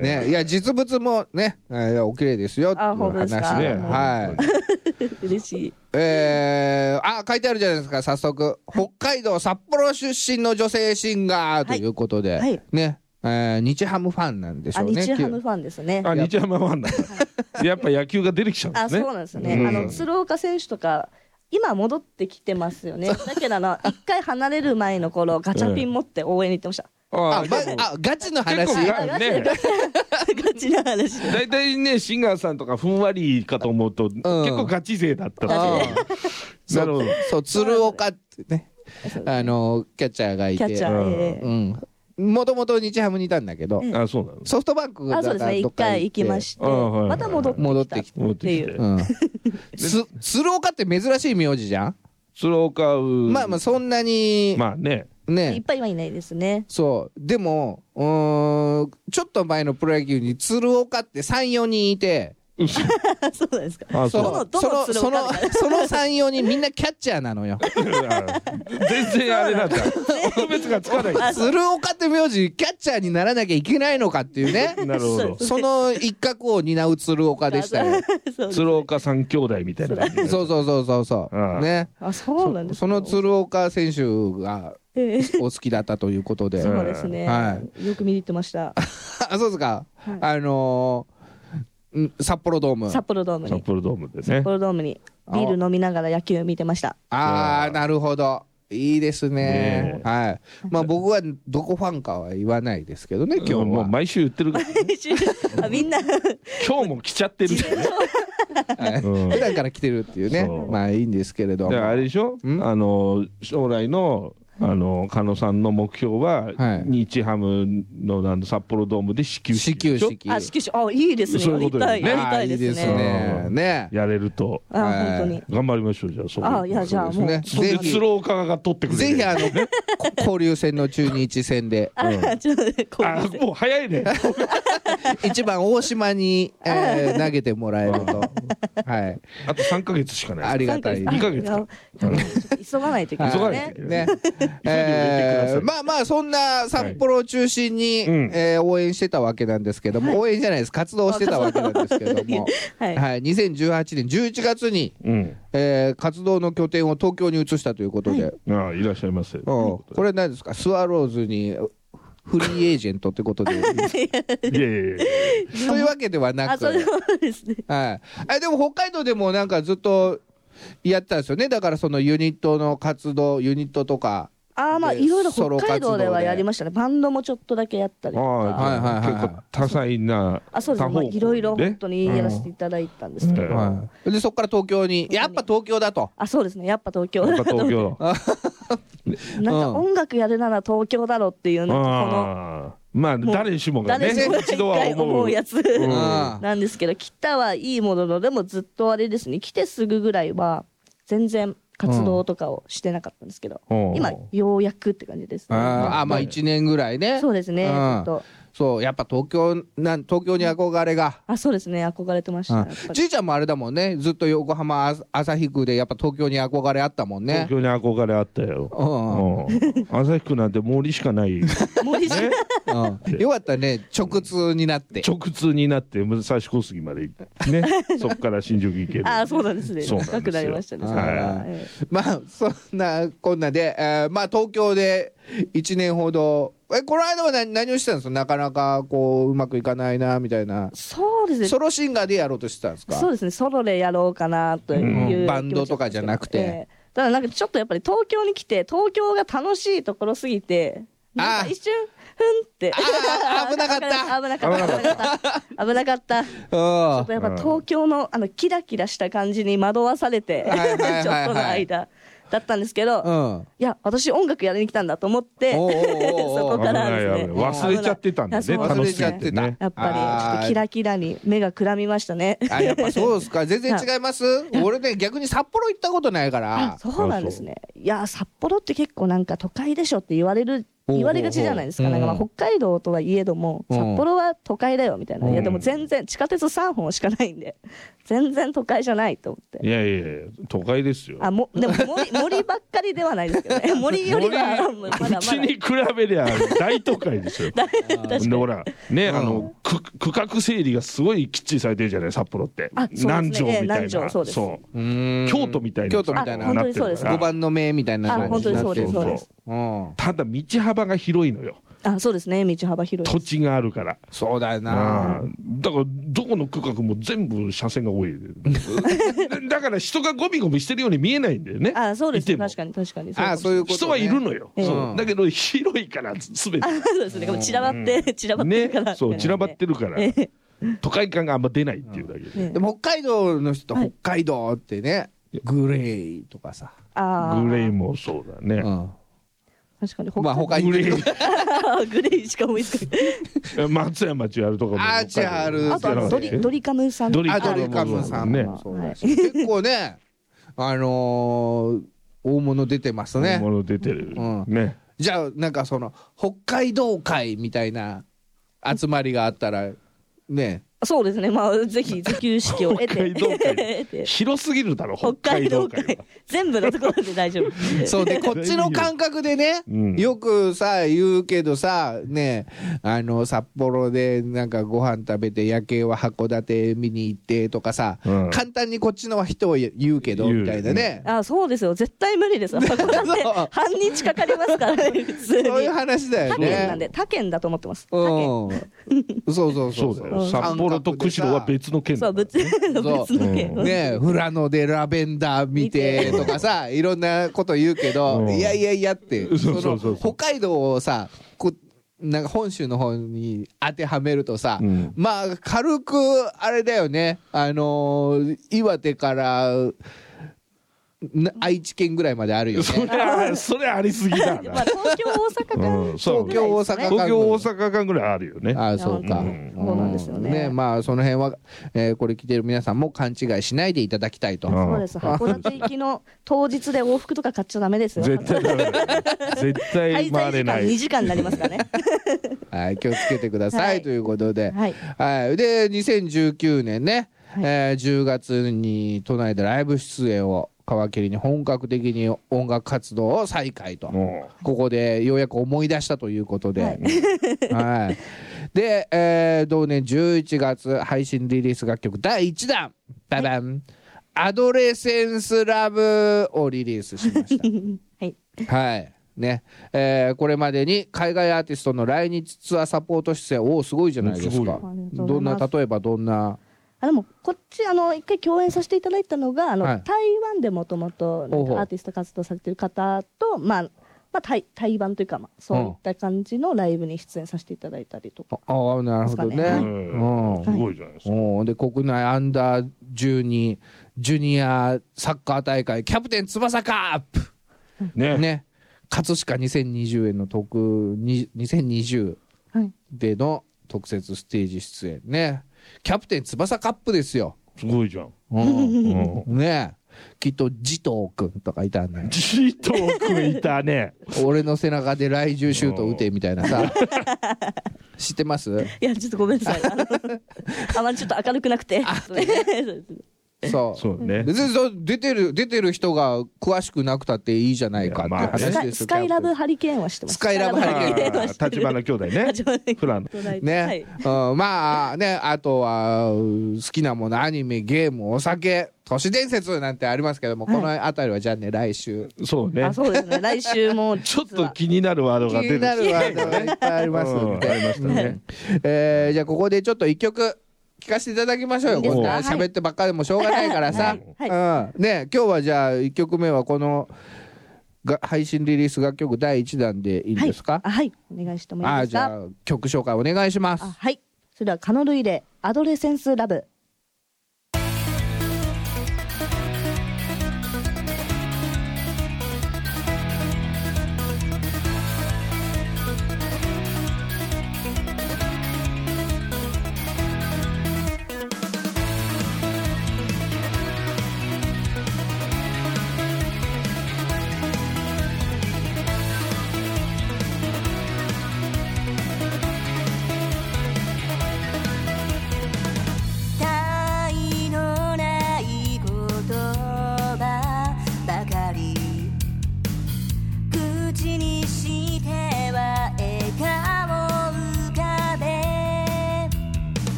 [SPEAKER 1] ね、いや実物もね、えー、お綺麗ですよっていう
[SPEAKER 3] あ本当ですか
[SPEAKER 1] 話で、
[SPEAKER 2] ね
[SPEAKER 1] はい、
[SPEAKER 3] 嬉しい。
[SPEAKER 1] えー、あ書いてあるじゃないですか早速北海道札幌出身の女性シンガーということで、
[SPEAKER 3] はい
[SPEAKER 1] ね、えー日ハムファンなんでし
[SPEAKER 3] あ
[SPEAKER 1] ょうね
[SPEAKER 3] 日ハムファンですね。
[SPEAKER 2] あ、日山ファンだ。やっぱ野球が出てきちゃうんで
[SPEAKER 3] あ、
[SPEAKER 2] す
[SPEAKER 3] そ
[SPEAKER 2] ね。
[SPEAKER 3] うなんですよね。
[SPEAKER 2] うん
[SPEAKER 3] あの鶴岡選手とか。今戻ってきてますよね。だけどあの、一回離れる前の頃、ガチャピン持って応援に行ってました。
[SPEAKER 1] あ
[SPEAKER 2] あ
[SPEAKER 1] まあガチの話
[SPEAKER 2] 結構
[SPEAKER 3] あ
[SPEAKER 2] うん
[SPEAKER 3] ガチ
[SPEAKER 2] ね
[SPEAKER 3] で、ガチで ガチな話。
[SPEAKER 2] 大体ね、シンガーさんとかふんわりかと思うと、結構ガチ勢だったって
[SPEAKER 1] あ
[SPEAKER 2] いう。
[SPEAKER 1] ー
[SPEAKER 2] なるほど。
[SPEAKER 1] そう鶴岡ってねあのキャッチャーがい
[SPEAKER 3] キ
[SPEAKER 1] て
[SPEAKER 3] ャッチャー、
[SPEAKER 2] うん
[SPEAKER 3] ええ
[SPEAKER 1] うんもともと日ハムにいたんだけど、
[SPEAKER 3] え
[SPEAKER 2] あ、そうなの。
[SPEAKER 1] ソフトバンクが
[SPEAKER 3] あ、そうですね。
[SPEAKER 1] ど
[SPEAKER 3] 一
[SPEAKER 1] っか
[SPEAKER 3] 回行きまして、
[SPEAKER 2] あはいはいはい
[SPEAKER 3] また戻ってきた。
[SPEAKER 1] 戻ってき
[SPEAKER 2] 戻ってき
[SPEAKER 3] ってて。
[SPEAKER 1] うんす鶴岡って珍しい名字じゃん
[SPEAKER 2] 鶴岡う。
[SPEAKER 1] まあまあそんなに、
[SPEAKER 2] まあね。
[SPEAKER 3] いっ
[SPEAKER 1] ね
[SPEAKER 3] ぱいはいないですね。
[SPEAKER 1] そうでもうーんちょっと前のプロ野球に鶴岡って34人いて
[SPEAKER 2] 嘘
[SPEAKER 3] そうなんですか。
[SPEAKER 1] そ
[SPEAKER 2] あそう
[SPEAKER 3] どの
[SPEAKER 1] う
[SPEAKER 3] ど
[SPEAKER 1] そ
[SPEAKER 3] の
[SPEAKER 1] の
[SPEAKER 3] 鶴
[SPEAKER 1] そ
[SPEAKER 3] 岡
[SPEAKER 1] の
[SPEAKER 3] みた
[SPEAKER 1] その34人みんなキャッチャーなの よ
[SPEAKER 2] 全然あれなんだ区別がつかない
[SPEAKER 3] あそう
[SPEAKER 1] 鶴岡って名字キャッチャーにならなきゃいけないのかっていうね
[SPEAKER 2] なるほど
[SPEAKER 1] その一角を担う鶴岡でしたよ
[SPEAKER 3] そうです
[SPEAKER 2] 鶴岡三兄弟みたいな感じ
[SPEAKER 1] そうそうそうそうそう
[SPEAKER 2] あ
[SPEAKER 1] ね
[SPEAKER 3] あ、そうなんです
[SPEAKER 1] その
[SPEAKER 3] 鶴
[SPEAKER 1] 鶴岡選手がお好きだったということで
[SPEAKER 2] うん
[SPEAKER 3] そうですね。
[SPEAKER 1] は
[SPEAKER 3] よく見に行ってました。
[SPEAKER 1] あそうですか、
[SPEAKER 3] はい
[SPEAKER 1] あのーん札幌ドーム
[SPEAKER 3] 札幌ドームに。
[SPEAKER 2] 札
[SPEAKER 3] 札
[SPEAKER 2] 幌ドームでね
[SPEAKER 3] 幌ドームにビール飲みながら野球見てました。
[SPEAKER 1] ああなるほどいいですね
[SPEAKER 2] ね
[SPEAKER 1] はいまあ僕はどこファンかは言わないですけどね今日は、
[SPEAKER 2] もう毎週言ってるから
[SPEAKER 3] あみんな
[SPEAKER 2] 今日も来ちゃってるってね
[SPEAKER 1] はい
[SPEAKER 2] うん
[SPEAKER 1] 普段から来てるっていうね
[SPEAKER 2] そう
[SPEAKER 1] まあいいんですけれど
[SPEAKER 2] だからあれでしょあ
[SPEAKER 1] ん
[SPEAKER 2] の将来のあの狩野さんの目標は、
[SPEAKER 1] はい
[SPEAKER 2] 日ハムのなんだ札幌ドームで始球
[SPEAKER 1] 始
[SPEAKER 2] 式
[SPEAKER 1] 球
[SPEAKER 2] でしょ
[SPEAKER 1] 式
[SPEAKER 3] あ、始球式、あ、いいですね。
[SPEAKER 2] そうい
[SPEAKER 3] や
[SPEAKER 2] う
[SPEAKER 3] り
[SPEAKER 2] こと
[SPEAKER 3] た
[SPEAKER 2] で
[SPEAKER 3] い、
[SPEAKER 2] すね
[SPEAKER 3] やりたいです
[SPEAKER 1] あーいいで
[SPEAKER 3] ね。
[SPEAKER 1] すねね
[SPEAKER 2] やれると
[SPEAKER 3] あ、本当に。
[SPEAKER 2] 頑張りましょうじゃあそこ
[SPEAKER 3] あ、いや、じゃあ、
[SPEAKER 1] そう
[SPEAKER 3] もう。
[SPEAKER 1] で
[SPEAKER 3] ぜ
[SPEAKER 1] す
[SPEAKER 2] そ
[SPEAKER 1] ね
[SPEAKER 2] れで
[SPEAKER 1] ぜひ
[SPEAKER 2] 鶴岡が取ってくれる
[SPEAKER 1] ぜひあのこ 交流戦の中日戦で
[SPEAKER 3] あ、ちょっと、こ
[SPEAKER 2] あ
[SPEAKER 3] う。
[SPEAKER 2] もう早 いね
[SPEAKER 1] 一番大島に、えー投げてもらえるとはい
[SPEAKER 2] あと3か月しかない
[SPEAKER 1] ありがたい
[SPEAKER 2] 二ヶ月か
[SPEAKER 3] あいや急がないといけ
[SPEAKER 1] は
[SPEAKER 3] ないい。
[SPEAKER 2] 急がないといけな
[SPEAKER 1] ね
[SPEAKER 2] いえ
[SPEAKER 1] え
[SPEAKER 2] ー
[SPEAKER 1] ーまあまあそんな札幌を中心に、
[SPEAKER 2] うん
[SPEAKER 1] えー応援してたわけなんですけども、応援じゃないです活動してたわけなんですけども、
[SPEAKER 3] はい。
[SPEAKER 1] はい、2018年11月に、
[SPEAKER 2] うん
[SPEAKER 1] えー活動の拠点を東京に移したということで、うん
[SPEAKER 2] ああいらっしゃいませ
[SPEAKER 1] これ何ですかスワローズにフリーエージェントってことで
[SPEAKER 2] いやいやいや
[SPEAKER 1] そういうわけではな
[SPEAKER 3] あ、
[SPEAKER 1] く、
[SPEAKER 3] そ
[SPEAKER 1] は
[SPEAKER 3] れ
[SPEAKER 1] い、
[SPEAKER 3] はですね。
[SPEAKER 1] あでも北海道でもなんかずっとやってたんですよねだからそのユニットの活動ユニットとか。
[SPEAKER 3] あーまあ
[SPEAKER 1] で
[SPEAKER 3] いろいろ
[SPEAKER 1] ソ
[SPEAKER 3] 北
[SPEAKER 1] ロ活動で
[SPEAKER 3] 海道ではやりましたねバンドもちょっとだけやったりと
[SPEAKER 2] あ
[SPEAKER 1] はい
[SPEAKER 3] か
[SPEAKER 1] は
[SPEAKER 2] あ
[SPEAKER 1] いはいはい
[SPEAKER 2] 結構多彩な
[SPEAKER 3] あそうですね、まあ、いろいろ本当にやらせていただいたんですけど、
[SPEAKER 2] うん
[SPEAKER 1] はい、でそこから東京にやっぱ東京だと
[SPEAKER 3] あそうですねやっぱ東京
[SPEAKER 2] やっ
[SPEAKER 3] だ
[SPEAKER 2] ぱ東 京
[SPEAKER 3] なんか音楽やるなら東京だろっていうなんかこの
[SPEAKER 2] ああまあ
[SPEAKER 3] う
[SPEAKER 2] 誰しもがね
[SPEAKER 3] 誰しもが
[SPEAKER 2] 一
[SPEAKER 3] 一
[SPEAKER 2] 度は
[SPEAKER 3] 回
[SPEAKER 2] 思
[SPEAKER 3] 思
[SPEAKER 2] う
[SPEAKER 3] うやつ
[SPEAKER 2] うん
[SPEAKER 1] あ
[SPEAKER 3] なんですけど来たはいいもののでもずっとあれですね来てすぐぐらいは全然活動とかをしてなかったんですけど、
[SPEAKER 2] うん
[SPEAKER 3] 今ようやくって感じです
[SPEAKER 1] あ
[SPEAKER 3] ね
[SPEAKER 1] ーあまあ1年ぐらいね
[SPEAKER 3] そうですね、
[SPEAKER 1] うん
[SPEAKER 3] ちょっと
[SPEAKER 1] そうやっぱ東京なん東京に憧れが、
[SPEAKER 3] あそうですね憧れてました、
[SPEAKER 1] うん
[SPEAKER 3] やっぱり
[SPEAKER 1] ちいちゃんもあれだもんねずっと横浜あ旭区でやっぱ東京に憧れあったもんね
[SPEAKER 2] 東京に憧れあったよ
[SPEAKER 1] うん
[SPEAKER 2] うん旭区なんて森しかない
[SPEAKER 3] 森下
[SPEAKER 2] ね
[SPEAKER 1] うんよかったね直通になって
[SPEAKER 2] 直通になって武蔵小杉まで行って ねそこから新宿行ける
[SPEAKER 3] ああ、そうなんですね。
[SPEAKER 2] そうなんですよ
[SPEAKER 3] 深くなりましたね。
[SPEAKER 1] はい
[SPEAKER 3] それはえ
[SPEAKER 1] まあそんなこんなで、えーまあ東京で1年ほどえこの間は何何をしてたんですかなかなかこううまくいかないなみたいな
[SPEAKER 3] えそうですね。
[SPEAKER 1] ソロシンガーでやろうとしてたんですか
[SPEAKER 3] そうですね。ソロでやろうかなという、
[SPEAKER 1] うんバンドとかじゃなくて
[SPEAKER 3] ええただなんかちょっとやっぱり東京に来て、東京が楽しいところすぎて、なん
[SPEAKER 1] あ
[SPEAKER 3] か一瞬、ふんって。
[SPEAKER 1] あー危なかった
[SPEAKER 3] 危なかった。危なかった。危なかった。ちょ
[SPEAKER 1] あ
[SPEAKER 3] っとやっぱ東京のあのキラキラした感じに惑わされて、
[SPEAKER 1] はいはいはいはい
[SPEAKER 3] ちょっとの間だったんですけど、
[SPEAKER 1] あうん
[SPEAKER 3] いや、私音楽やりに来たんだと思って、
[SPEAKER 1] おうおうおうおう
[SPEAKER 3] そこ
[SPEAKER 2] 危
[SPEAKER 3] から
[SPEAKER 2] ない
[SPEAKER 3] で
[SPEAKER 2] 危
[SPEAKER 3] す
[SPEAKER 2] ない
[SPEAKER 3] ね。
[SPEAKER 2] 忘れちゃってたんだ
[SPEAKER 3] 危な
[SPEAKER 2] ね
[SPEAKER 3] い
[SPEAKER 2] 楽しみて
[SPEAKER 1] 忘れ
[SPEAKER 2] ね
[SPEAKER 1] ち
[SPEAKER 3] やっ
[SPEAKER 1] あー
[SPEAKER 3] ぱり、ちょっとキラキラに目がくらみましたね。
[SPEAKER 1] あやっぱそう ですか全然違います俺ね逆に札幌行ったことないから
[SPEAKER 3] あそうなんですね。いや、札幌って結構なんか都会でしょって言われる、
[SPEAKER 1] ほうほうほう
[SPEAKER 3] 言われがちじゃないです
[SPEAKER 1] う
[SPEAKER 3] か。
[SPEAKER 1] ん
[SPEAKER 3] なんかまあ北海道とはいえども、
[SPEAKER 1] うん
[SPEAKER 3] 札幌は都会だよみたいな。いや、で
[SPEAKER 2] う
[SPEAKER 3] も
[SPEAKER 2] ん
[SPEAKER 3] 全然、地下鉄3本しかないんで、 全然都会じゃないと思って。
[SPEAKER 2] いやいやいや都会ですよ
[SPEAKER 3] あ、も、でも森、森ばっかりではないですけどね。森よりは、まだまだ。
[SPEAKER 2] うち に比べりゃ大都会ですよでほらね、あの区区画整理がすごいきっちりされてるじゃない札幌って、
[SPEAKER 3] あそうですね
[SPEAKER 2] 南城みたいな、
[SPEAKER 3] ええ南城そうです
[SPEAKER 1] うーん
[SPEAKER 2] 京都みたいな
[SPEAKER 1] 京都みたい
[SPEAKER 3] あ本
[SPEAKER 1] な
[SPEAKER 3] 当にそうです
[SPEAKER 1] 5番の目みたいな
[SPEAKER 3] あ、
[SPEAKER 1] 感
[SPEAKER 3] 本
[SPEAKER 1] じ
[SPEAKER 3] 当
[SPEAKER 1] に
[SPEAKER 3] に
[SPEAKER 1] な
[SPEAKER 3] そ
[SPEAKER 1] っ
[SPEAKER 3] う
[SPEAKER 1] て
[SPEAKER 3] で
[SPEAKER 1] る
[SPEAKER 3] す、そうです。
[SPEAKER 1] うん
[SPEAKER 2] ただ道幅が広いのよ
[SPEAKER 3] あ、そうですね。道幅広い
[SPEAKER 2] 土
[SPEAKER 3] です。
[SPEAKER 2] 地があるから
[SPEAKER 1] そうだよな
[SPEAKER 2] あーだからどこの区画も全部車線が 多いだから人がゴミゴミしてるように見えないんだよね
[SPEAKER 3] あ、そうです
[SPEAKER 2] いて
[SPEAKER 3] ね。
[SPEAKER 2] も
[SPEAKER 3] 確かに、確かに。
[SPEAKER 1] あそういうことね
[SPEAKER 2] 人はいるのよ、
[SPEAKER 3] ええ
[SPEAKER 2] そうだけど広いからすべて
[SPEAKER 3] あそうですね。でも散らばって、散らばってるから、
[SPEAKER 2] ねそう散らばってるから、
[SPEAKER 3] ええ
[SPEAKER 2] 都会感があんま出ないっていうだけで、
[SPEAKER 3] ね
[SPEAKER 1] でも北海道の人
[SPEAKER 3] は
[SPEAKER 1] 北海
[SPEAKER 3] い
[SPEAKER 1] 道ってねグレーとかさ
[SPEAKER 3] あー
[SPEAKER 2] グレイもそうだね、
[SPEAKER 1] うん
[SPEAKER 3] 確かに。
[SPEAKER 1] まあ他
[SPEAKER 2] グ
[SPEAKER 1] に
[SPEAKER 2] レイ
[SPEAKER 3] グレイしか思いつかない。
[SPEAKER 2] 松山千春とかも
[SPEAKER 1] あ千春
[SPEAKER 3] あとあのドリドリカムさん。
[SPEAKER 2] ドリ
[SPEAKER 1] あ
[SPEAKER 2] カ
[SPEAKER 1] ドリカムさん
[SPEAKER 2] ね
[SPEAKER 1] もそうだし結構ねあのー大物出てますね
[SPEAKER 2] 本物出てる、
[SPEAKER 1] うん
[SPEAKER 2] ね
[SPEAKER 1] じゃあなんかその北海道会みたいな集まりがあったらね
[SPEAKER 3] そうですねまあぜひ自給式を得
[SPEAKER 2] 北海
[SPEAKER 3] て
[SPEAKER 2] 道会
[SPEAKER 3] 得て
[SPEAKER 2] 広すぎるだろ
[SPEAKER 3] 北
[SPEAKER 2] 北
[SPEAKER 3] 海
[SPEAKER 2] 海
[SPEAKER 3] 道
[SPEAKER 2] 道会
[SPEAKER 3] 会
[SPEAKER 2] は。
[SPEAKER 3] 全部のところで大丈夫
[SPEAKER 1] そうで、こっちの感覚でね、
[SPEAKER 2] うん
[SPEAKER 1] よくさ、言うけどさ、ね、あの、札幌でなんかご飯食べて夜景は函館見に行ってとかさ、
[SPEAKER 2] うん
[SPEAKER 1] 簡単にこっちのは人を言うけど、
[SPEAKER 2] 言う
[SPEAKER 1] みたいなね。
[SPEAKER 3] あそうですよ絶対無理です函館
[SPEAKER 1] そう
[SPEAKER 3] 半日かかりますからね普通に
[SPEAKER 1] そういう話だよ
[SPEAKER 3] 他
[SPEAKER 1] ね。
[SPEAKER 3] 県なんで他県だと思ってます他県
[SPEAKER 1] うん。そうそうそ
[SPEAKER 2] そううだよ。
[SPEAKER 3] うん
[SPEAKER 2] 札幌と釧路は別の県だ
[SPEAKER 3] そう
[SPEAKER 2] から
[SPEAKER 1] そ
[SPEAKER 3] 別
[SPEAKER 1] う
[SPEAKER 3] 別の県
[SPEAKER 2] う
[SPEAKER 1] ね富良野でラベンダー見て
[SPEAKER 2] 見て
[SPEAKER 1] とかさ、いろんなこと言うけ
[SPEAKER 2] う
[SPEAKER 1] ど、
[SPEAKER 2] ん
[SPEAKER 1] いやいやいやって、
[SPEAKER 2] そうそうそうそう
[SPEAKER 1] の北海道をさ、こなんか本州の方に当てはめるとさ、
[SPEAKER 2] うん
[SPEAKER 1] まあ、軽く、あれだよね、あのー岩手から、な愛知県ぐらいまであるよ
[SPEAKER 2] それ
[SPEAKER 1] ね。
[SPEAKER 2] はそれありすぎだ
[SPEAKER 3] まあ
[SPEAKER 2] な。
[SPEAKER 3] 東京大阪間
[SPEAKER 2] うんそう
[SPEAKER 1] 東京大阪
[SPEAKER 2] 東京大阪間ぐらいあるよね。
[SPEAKER 1] ああそうか、
[SPEAKER 2] うん
[SPEAKER 3] そうなんですよね
[SPEAKER 1] まあその辺は、えーこれ聞いてる皆さんも勘違いしないでいただきたいと、
[SPEAKER 2] うん
[SPEAKER 3] そうです函館行きの当日で往復とか買っちゃダメですよ
[SPEAKER 2] 絶対ダメだよ。絶対
[SPEAKER 3] 滞在
[SPEAKER 2] 回れ
[SPEAKER 3] 時
[SPEAKER 2] な
[SPEAKER 3] 間2
[SPEAKER 2] い。
[SPEAKER 3] 時間になりますからね
[SPEAKER 1] はい、気をつけてください、
[SPEAKER 3] はい
[SPEAKER 1] ということで、
[SPEAKER 3] はい
[SPEAKER 1] はい、で2019年ね、
[SPEAKER 3] はい
[SPEAKER 1] えー10月に都内でライブ出演を皮切りに本格的に音楽活動を再開と、
[SPEAKER 2] も
[SPEAKER 1] ここでようやく思い出したということで、
[SPEAKER 3] は
[SPEAKER 1] はいい で、えー同年11月配信リリース楽曲第1弾ダダン、アドレセンスラブ」をリリースしました。
[SPEAKER 3] はい
[SPEAKER 1] はい。ね。えーこれまでに海外アーティストの来日ツアーサポート出演、おお、すごいじゃないです
[SPEAKER 2] すごい
[SPEAKER 1] か
[SPEAKER 2] よ。
[SPEAKER 1] どんな、例えばどんな。
[SPEAKER 3] あでもこっちあの一回共演させていただいたのがあの、
[SPEAKER 1] はい
[SPEAKER 3] 台湾でもともと
[SPEAKER 1] ほうほう
[SPEAKER 3] アーティスト活動されてる方とまあまあ対対バンというか、まあ、そういった感じのライブに出演させていただいたりとか、
[SPEAKER 1] ああ、なるほどね。
[SPEAKER 3] です
[SPEAKER 2] う
[SPEAKER 3] か
[SPEAKER 2] う
[SPEAKER 3] ね
[SPEAKER 1] うん
[SPEAKER 2] んすごいじゃないですか。
[SPEAKER 1] おーで国内アンダー12ジュニアサッカー大会キャプテン翼カップ
[SPEAKER 2] ね。
[SPEAKER 1] ね葛飾2020円の特に2020
[SPEAKER 3] はい、
[SPEAKER 1] での特設ステージ出演ねキャプテン翼カップですよ、
[SPEAKER 2] すごいじゃん。
[SPEAKER 1] う
[SPEAKER 2] うんん
[SPEAKER 1] ねきっと慈瞳君とかいたんだよ
[SPEAKER 2] ジートー君いたね。
[SPEAKER 1] 俺の背中で来週シュート打てみたいな さ知ってます
[SPEAKER 3] いやちょっとごめんなさい あのあまりちょっと明るくなくてそうですね
[SPEAKER 1] そう
[SPEAKER 2] そうね。
[SPEAKER 1] 別にそう出てる出てる人が詳しくなくたっていいじゃないかって
[SPEAKER 2] いやまあ
[SPEAKER 1] 話で
[SPEAKER 3] スカイ
[SPEAKER 1] すよ
[SPEAKER 3] スカイラ
[SPEAKER 1] キ
[SPEAKER 3] ブ
[SPEAKER 1] ャプ
[SPEAKER 3] ハリケーンは知ってます
[SPEAKER 1] スカイラブハリケーン
[SPEAKER 2] あー立花兄弟ね。フラン。
[SPEAKER 1] テン
[SPEAKER 3] は
[SPEAKER 1] ね
[SPEAKER 3] い、
[SPEAKER 1] うん、まあねあとはうん好きなものアニメゲームお酒都市伝説なんてありますけども、
[SPEAKER 3] はい
[SPEAKER 1] この辺りはじゃあね来週
[SPEAKER 2] そうね
[SPEAKER 3] あ。そうですね来週も
[SPEAKER 2] ちょっ
[SPEAKER 3] 実
[SPEAKER 2] と
[SPEAKER 3] は
[SPEAKER 2] 気になるワード
[SPEAKER 1] 気
[SPEAKER 2] が出て
[SPEAKER 1] に
[SPEAKER 2] きた
[SPEAKER 1] なるワードがいっぱいあります
[SPEAKER 2] うん
[SPEAKER 1] んで
[SPEAKER 2] ありましたね
[SPEAKER 1] えーじゃあここでちょっと一曲聞かせていただきましょうよ
[SPEAKER 3] いいです
[SPEAKER 1] こ
[SPEAKER 3] か
[SPEAKER 1] んな喋ってばっかでもしょうがないからさ、
[SPEAKER 3] はい
[SPEAKER 1] うん、ね今日はじゃあ一曲目はこのが配信リリース楽曲第一弾でいいですか、
[SPEAKER 3] はい、はい、お願いしてもい
[SPEAKER 1] あ
[SPEAKER 3] い
[SPEAKER 1] あ
[SPEAKER 3] です
[SPEAKER 1] じ
[SPEAKER 3] か
[SPEAKER 1] ゃあ曲紹介お願いします
[SPEAKER 3] あはいそれではカノルイレアドレセンスラブ
[SPEAKER 4] 「た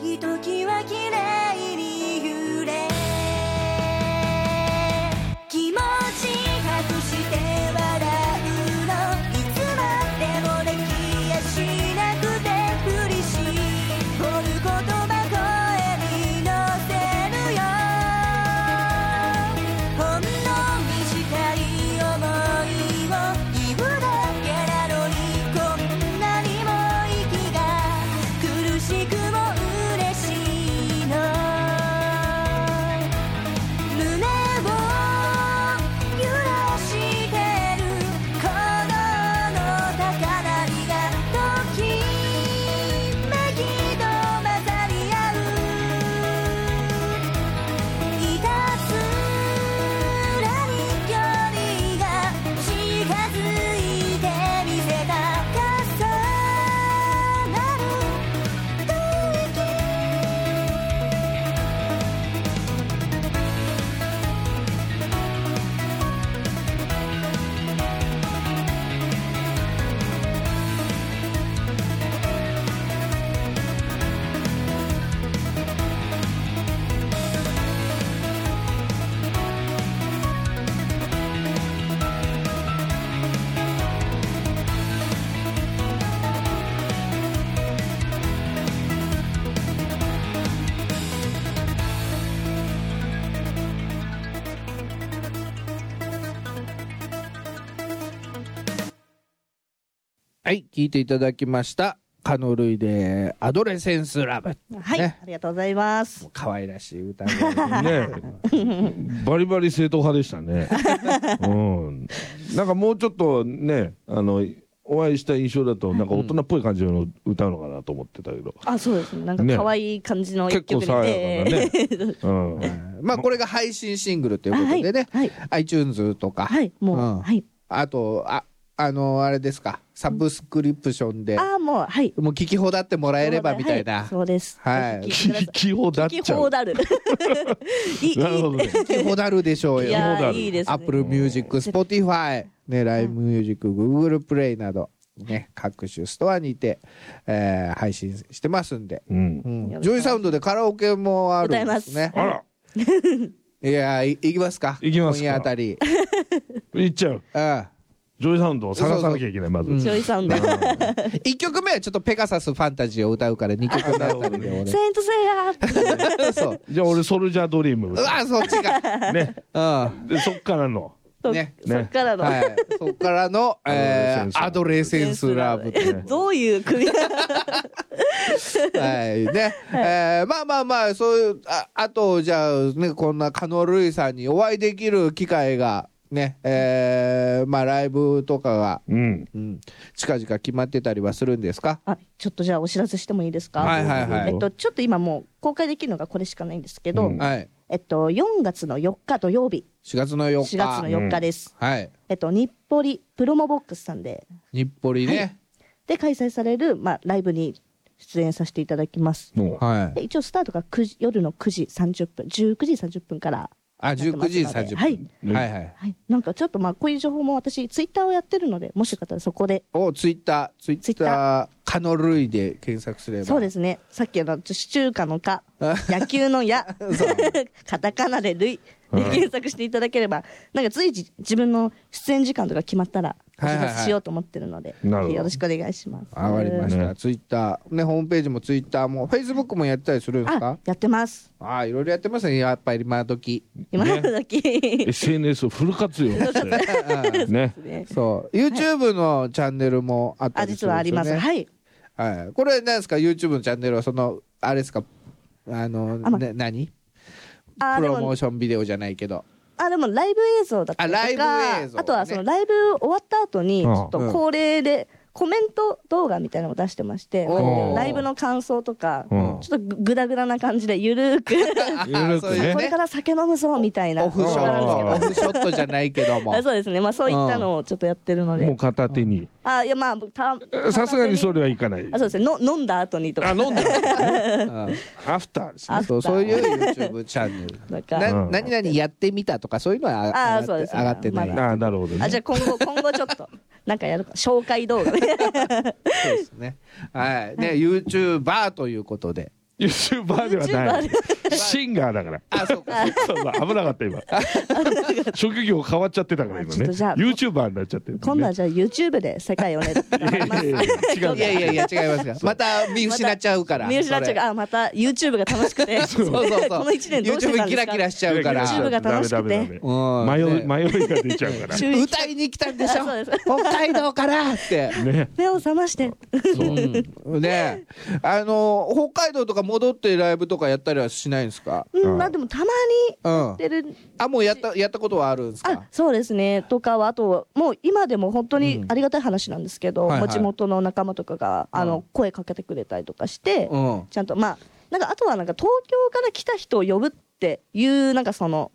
[SPEAKER 4] ひときわ綺麗に揺れ気持ち隠して笑うのいつまでもきやしなくてふりし掘る言葉声に乗せるよほんの短い想いを言うだけなのにこんなにも息が苦しくも嬉しいの胸を揺らしてるこの高鳴りがときめきと混ざり合う「いたずらに距離が近づいてみせた」「重なる吐息」
[SPEAKER 1] はい、聞いていただきました。カノルイでアドレセンスラブ。
[SPEAKER 3] はい、
[SPEAKER 1] ね
[SPEAKER 3] ありがとうございます。
[SPEAKER 1] 可愛らしい歌声で
[SPEAKER 2] ねバリバリ正統派でしたね、うん、なんかもうちょっとねあのお会いした印象だとなんか大人っぽい感じの歌うのかなと思ってたけど、
[SPEAKER 3] あ、そうですね。なんか
[SPEAKER 2] ね
[SPEAKER 3] 可愛い感じの一
[SPEAKER 2] 結構
[SPEAKER 3] 曲
[SPEAKER 2] 爽
[SPEAKER 3] で
[SPEAKER 2] やかなね、うん、
[SPEAKER 1] まあこれが配信シングルということでね、
[SPEAKER 3] はい
[SPEAKER 1] iTunes とか、
[SPEAKER 3] はい、もう、
[SPEAKER 1] うん
[SPEAKER 3] はい。
[SPEAKER 1] あとああのあれですかサブスクリプションで、
[SPEAKER 3] あー、もう、はい。
[SPEAKER 1] もう聞き放だってもらえればみたいな、
[SPEAKER 3] はいそうです。
[SPEAKER 1] はい
[SPEAKER 3] ぜひ聞いてくださ
[SPEAKER 2] 聞 き放だっ
[SPEAKER 3] い聞
[SPEAKER 2] ち
[SPEAKER 3] き
[SPEAKER 2] ゃ
[SPEAKER 3] 放
[SPEAKER 2] う
[SPEAKER 3] だる。 いい
[SPEAKER 2] なるほどね
[SPEAKER 1] 聞き放だるでしょう
[SPEAKER 3] い
[SPEAKER 1] よ。
[SPEAKER 3] や
[SPEAKER 2] だ
[SPEAKER 3] ー
[SPEAKER 2] る
[SPEAKER 3] いいですね。
[SPEAKER 1] アップルミュージック、スポティファイ、ね、ライブミュージック、グーグルプレイなど、ね、各種ストアにて、えー配信してますんで、
[SPEAKER 2] うん
[SPEAKER 1] う、ん
[SPEAKER 3] よろしくお願いします
[SPEAKER 1] ジョイサウンドでカラオケもあるんですね。
[SPEAKER 2] あら
[SPEAKER 1] いやーい、行きますか。
[SPEAKER 2] 行きますか
[SPEAKER 1] 今夜あたり。
[SPEAKER 2] 行っちゃう
[SPEAKER 1] うん
[SPEAKER 2] ジョイサウンドを探さなきゃいけないまず、
[SPEAKER 1] うん
[SPEAKER 3] ジョイサウンド。
[SPEAKER 1] 一曲目はちょっとペガサスファンタジーを歌うから二曲目あたりで
[SPEAKER 3] セイントセイヤー。
[SPEAKER 1] 俺そう
[SPEAKER 2] じゃあ俺ソルジャードリーム
[SPEAKER 1] うわそっち が
[SPEAKER 2] ね
[SPEAKER 1] う
[SPEAKER 2] でそっからの
[SPEAKER 3] と
[SPEAKER 1] ね
[SPEAKER 3] そっから
[SPEAKER 1] ん
[SPEAKER 3] の。
[SPEAKER 1] はいそっからのえー ア
[SPEAKER 2] ア
[SPEAKER 1] ド
[SPEAKER 2] ド
[SPEAKER 1] レセンスラブ
[SPEAKER 3] えどういう組み合わ
[SPEAKER 1] はい ねえーまあまあまあそういうああとじゃあねこんなカノルイさんにお会いできる機会がねえーまあライブとかが
[SPEAKER 2] うん
[SPEAKER 1] うん近々決まってたりはするんですか
[SPEAKER 3] あ、ちょっとじゃあお知らせしてもいいですか
[SPEAKER 1] はいはいはい
[SPEAKER 3] えっと、ちょっと今もう公開できるのがこれしかないんですけど、
[SPEAKER 2] うん
[SPEAKER 1] はい
[SPEAKER 3] えっと、4月の4日土曜日、
[SPEAKER 1] 4月の4
[SPEAKER 3] 4
[SPEAKER 1] 日
[SPEAKER 3] 月の4日です。
[SPEAKER 1] はい
[SPEAKER 3] えっと、日暮里プロモボックスさんで、
[SPEAKER 1] 日暮里ね
[SPEAKER 3] で開催される、まあ、ライブに出演させていただきます。
[SPEAKER 2] の
[SPEAKER 1] はい
[SPEAKER 3] で一応スタートが9時夜の9時30分、19時30分から。
[SPEAKER 1] あ19時30分
[SPEAKER 3] はい
[SPEAKER 1] はいはい
[SPEAKER 3] はい、なんかちょっとまあこういう情報も私ツイッターをやってるのでもしよかったらそこで
[SPEAKER 1] をツイッター、ツイ
[SPEAKER 3] ツイ
[SPEAKER 1] ッ
[SPEAKER 3] ッ
[SPEAKER 1] ター、カノルイで検索すれば。。
[SPEAKER 3] そうですすねさっきのシチューカの「か
[SPEAKER 1] あ」
[SPEAKER 3] 野球 の「や」 カタカナで「るい」で検索していただければなんか随時自分の出演時間とか決まったらお知
[SPEAKER 1] はいはいはい
[SPEAKER 3] らせしようと思ってるので、
[SPEAKER 2] なるほど
[SPEAKER 3] よろしくお願いします。
[SPEAKER 1] わかりました。
[SPEAKER 2] ね
[SPEAKER 1] ツイッター、ね、ホームページもツイッターも、フェイスブックもやったりするんです
[SPEAKER 3] あ
[SPEAKER 1] か
[SPEAKER 3] やってます
[SPEAKER 1] ああ、いろいろやってますね。やっぱり今時。
[SPEAKER 3] 今の時、
[SPEAKER 2] SNS をフル活用してね
[SPEAKER 3] ね
[SPEAKER 1] そう。YouTube のチャンネルもあった
[SPEAKER 3] あ
[SPEAKER 1] りす
[SPEAKER 3] 実
[SPEAKER 1] る
[SPEAKER 3] は
[SPEAKER 1] ん
[SPEAKER 3] あ
[SPEAKER 1] で
[SPEAKER 3] り
[SPEAKER 1] すよ
[SPEAKER 3] ま
[SPEAKER 1] ね。
[SPEAKER 3] す、はい
[SPEAKER 1] はい。これ何ですか ?YouTube のチャンネルは、その、あれですかあの、
[SPEAKER 3] あま
[SPEAKER 1] ね、何
[SPEAKER 3] あ
[SPEAKER 1] プ
[SPEAKER 3] で
[SPEAKER 1] ロ
[SPEAKER 3] も
[SPEAKER 1] モーションビデオじゃないけど。
[SPEAKER 3] あでもライブ映像だったりとか
[SPEAKER 1] あライブ映像ね
[SPEAKER 3] あとはそのライブ終わった後にち
[SPEAKER 2] うん
[SPEAKER 3] ょっと恒例でコメント動画みたいなのを出してまして
[SPEAKER 1] おー
[SPEAKER 3] ライブの感想とか
[SPEAKER 2] うん
[SPEAKER 3] ちょっとグダグダな感じでゆるーく
[SPEAKER 1] あ
[SPEAKER 2] ゆるく
[SPEAKER 1] そ
[SPEAKER 2] ね
[SPEAKER 1] ういう
[SPEAKER 3] これから酒飲むぞみたいな
[SPEAKER 1] オフショ
[SPEAKER 2] あ
[SPEAKER 1] ッ
[SPEAKER 2] ー
[SPEAKER 1] ト、オフショットじゃないけども。
[SPEAKER 3] あそうですねまあそういったのをちょっとやってる
[SPEAKER 2] も
[SPEAKER 3] の
[SPEAKER 2] う
[SPEAKER 3] で
[SPEAKER 2] 片手に
[SPEAKER 3] あいやまあた
[SPEAKER 2] さすがにそれはいかない
[SPEAKER 3] あそうですねの飲んだ後にと
[SPEAKER 2] あ
[SPEAKER 3] か
[SPEAKER 2] 飲んだ
[SPEAKER 1] うん
[SPEAKER 2] アフターですね
[SPEAKER 3] あ
[SPEAKER 1] そうそういう YouTube チャンネル。
[SPEAKER 3] なんか
[SPEAKER 1] な
[SPEAKER 2] うん
[SPEAKER 1] 何々やってみたとかそういうのは
[SPEAKER 3] あ
[SPEAKER 1] あ
[SPEAKER 3] ーそう
[SPEAKER 1] 上がって
[SPEAKER 3] です
[SPEAKER 1] 上がってな
[SPEAKER 3] ね
[SPEAKER 1] い
[SPEAKER 2] あ
[SPEAKER 3] ま
[SPEAKER 2] ーなるほど
[SPEAKER 3] あじゃあ
[SPEAKER 2] ね
[SPEAKER 3] 今後今後ちょっとなんかやるか紹介動画で
[SPEAKER 1] そうですね。はい。ね、YouTuber ということで。
[SPEAKER 2] YouTuber ではない
[SPEAKER 3] YouTuber
[SPEAKER 2] シンガーだから
[SPEAKER 1] あそうか
[SPEAKER 2] そうだ危なかった今職業変わっちゃってたから今
[SPEAKER 3] ちょっ
[SPEAKER 2] ね
[SPEAKER 3] とじゃあ
[SPEAKER 2] YouTuber になっちゃってる、ね、
[SPEAKER 3] 今度はじゃあ YouTube で世界を
[SPEAKER 2] い
[SPEAKER 3] ね
[SPEAKER 2] やいやいや違う
[SPEAKER 1] いやいやいや違いますよまた見失っちゃうから
[SPEAKER 3] 見失っちゃうからあまた YouTube が楽しくて
[SPEAKER 1] それそうそうそう
[SPEAKER 3] この一年どうしてたんですか
[SPEAKER 1] YouTube キラキラしちゃうから
[SPEAKER 3] キラキラしちゃうが楽しくて
[SPEAKER 2] ダメダメダメ
[SPEAKER 1] うん
[SPEAKER 2] 迷
[SPEAKER 1] ね
[SPEAKER 2] い迷いが出ちゃうから
[SPEAKER 3] 週一
[SPEAKER 1] 歌いに来たんでしょ
[SPEAKER 3] あそうです
[SPEAKER 1] 北海道からって。
[SPEAKER 2] ね
[SPEAKER 3] 目を覚まして
[SPEAKER 2] そう
[SPEAKER 1] うんねえあの北海道とか戻ってライブとかやったりはしないんですか
[SPEAKER 3] う
[SPEAKER 2] ああ
[SPEAKER 3] んまあでもたまに
[SPEAKER 1] うん
[SPEAKER 3] やってる
[SPEAKER 1] あもうやったやったことはあるんです
[SPEAKER 3] あ
[SPEAKER 1] か
[SPEAKER 3] そうですねとかはあともう今でも本当にありがたい話なんですけど、
[SPEAKER 1] うんはいはい
[SPEAKER 3] もう地元の仲間とかがあの、
[SPEAKER 1] うん
[SPEAKER 3] 声かけてくれたりとかして、
[SPEAKER 1] うん
[SPEAKER 3] ちゃんとまあなんかあとはなんか東京から来た人を呼ぶっていうなんかその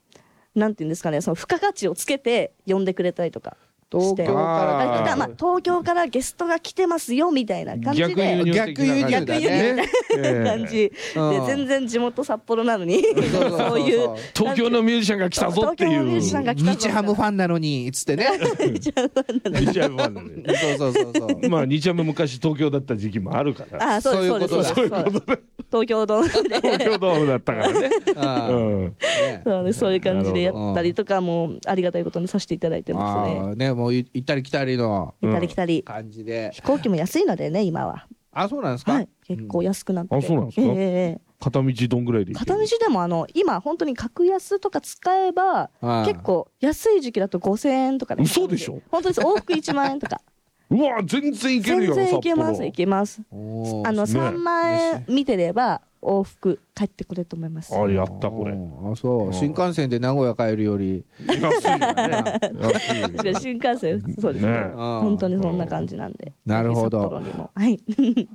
[SPEAKER 3] なんていうんですかねその付加価値をつけて呼んでくれたりとか
[SPEAKER 1] 東京から
[SPEAKER 2] あー
[SPEAKER 3] だからまあ東京からゲストが来てますよみたいな感じで。
[SPEAKER 2] 逆輸入的な感じ
[SPEAKER 1] 逆輸入だね
[SPEAKER 2] ええ
[SPEAKER 3] 感じで
[SPEAKER 1] うん
[SPEAKER 3] 全然地元札幌なのに
[SPEAKER 1] そうそうそう
[SPEAKER 3] そういう
[SPEAKER 2] 東京のミュージシャンが来たぞってい
[SPEAKER 3] 東京
[SPEAKER 2] う
[SPEAKER 3] のミュージシャンが来たぞ
[SPEAKER 1] 日ハムファンなのにっつってね
[SPEAKER 2] 日ハムファンなんで
[SPEAKER 1] そうそうそうそう
[SPEAKER 2] まあ日ハム昔東京だった時期もあるから
[SPEAKER 3] あそうです
[SPEAKER 1] そ
[SPEAKER 3] そう
[SPEAKER 1] い
[SPEAKER 3] う
[SPEAKER 1] う
[SPEAKER 3] で
[SPEAKER 1] ことだ
[SPEAKER 3] すそうですそうです東京ドームで
[SPEAKER 2] 東京ドームだったからね
[SPEAKER 1] あ
[SPEAKER 2] う
[SPEAKER 1] ー
[SPEAKER 2] ん
[SPEAKER 1] ね
[SPEAKER 3] そうねそういう感じでやったりとかもありがたいことにさせていただいてます
[SPEAKER 1] あ
[SPEAKER 3] ね。
[SPEAKER 1] ーねもうい行ったり来たりの
[SPEAKER 2] うん
[SPEAKER 3] 行ったり来たり、
[SPEAKER 1] 感じで
[SPEAKER 3] 飛行機も安いのでね今は、
[SPEAKER 1] あそうなんですか
[SPEAKER 3] はい、結構安くなって、
[SPEAKER 2] あそうなんですか
[SPEAKER 3] えええ
[SPEAKER 2] 片道どんぐらいで
[SPEAKER 3] え
[SPEAKER 2] 行け
[SPEAKER 3] 片
[SPEAKER 2] る
[SPEAKER 3] 道でもあの今本当に格安とか使えば
[SPEAKER 1] はい
[SPEAKER 3] 結構安い時期だと5000円とかね
[SPEAKER 2] 嘘でしょ
[SPEAKER 3] 本当です往復1万円とか
[SPEAKER 2] うわ全然行ける
[SPEAKER 3] 全
[SPEAKER 2] よ
[SPEAKER 3] 然いけま
[SPEAKER 2] 札
[SPEAKER 3] す
[SPEAKER 2] 幌
[SPEAKER 3] いけます
[SPEAKER 1] おー
[SPEAKER 3] あの
[SPEAKER 2] そうですね
[SPEAKER 3] 3万円見てれば往復帰ってくれると思います
[SPEAKER 2] あやったこれ
[SPEAKER 1] あそう新幹線で名古屋帰るより
[SPEAKER 2] 安いよね 安い
[SPEAKER 3] 新幹線そうですね
[SPEAKER 2] ね
[SPEAKER 3] 本当にそんな感じなんで
[SPEAKER 1] なるほど
[SPEAKER 3] 札幌にもはい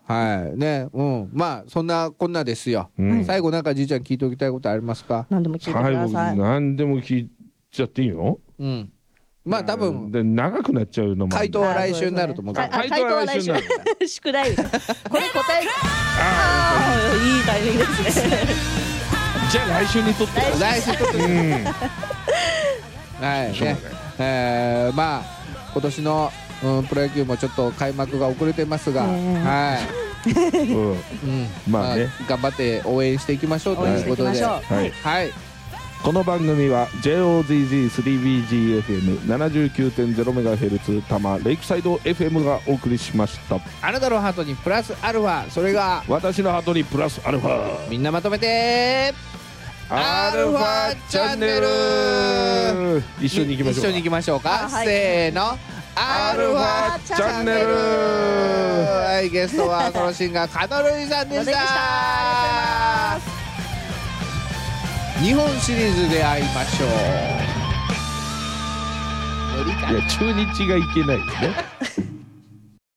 [SPEAKER 1] はいねうんまあそんなこんなですよ、
[SPEAKER 2] うん
[SPEAKER 1] 最後なんかじいちゃん聞いておきたいことありますか
[SPEAKER 3] 何でも聞いてください。
[SPEAKER 2] 何でも聞いちゃっていいの
[SPEAKER 1] うんまあ多分
[SPEAKER 2] で長くなっちゃうのもある
[SPEAKER 1] 回答は来週になると思うから
[SPEAKER 3] あ
[SPEAKER 2] 回答は来週になる
[SPEAKER 3] 週。 宿題。これ答え。ああ、いいタイミングですね。
[SPEAKER 2] じゃあ来週にとって
[SPEAKER 1] 来週と
[SPEAKER 2] うん
[SPEAKER 1] はい
[SPEAKER 2] しょうが
[SPEAKER 1] ね
[SPEAKER 2] ない
[SPEAKER 1] えーまあ今年の、うん、プロ野球もちょっと開幕が遅れてますが、
[SPEAKER 3] ねえ
[SPEAKER 1] は
[SPEAKER 2] うん
[SPEAKER 1] い、うん
[SPEAKER 2] まあね
[SPEAKER 1] 頑張って応援していきましょうと
[SPEAKER 3] 応援
[SPEAKER 1] い
[SPEAKER 3] し
[SPEAKER 1] う
[SPEAKER 3] て
[SPEAKER 1] こ
[SPEAKER 3] いき
[SPEAKER 1] と
[SPEAKER 3] ま
[SPEAKER 1] で
[SPEAKER 3] しょう。
[SPEAKER 2] はい
[SPEAKER 1] はい
[SPEAKER 2] この番組は JOZZ3BGFM79.0MHz 多摩レイクサイド FM がお送りしました
[SPEAKER 1] あなたのハートにプラスアルファそれが
[SPEAKER 2] 私のハートにプラスアルファ
[SPEAKER 1] みんなまとめてアルファチャンネル
[SPEAKER 2] 一緒に行きましょう
[SPEAKER 1] 一緒に行きましょうか、
[SPEAKER 3] あはい
[SPEAKER 1] せーのアルファ
[SPEAKER 2] チャンネル
[SPEAKER 1] はいゲストはソロシンガーカノルイさんでした
[SPEAKER 3] カノルイでしたあ
[SPEAKER 1] 日本シリーズで会いましょう無理か
[SPEAKER 2] いや中日がいけないよね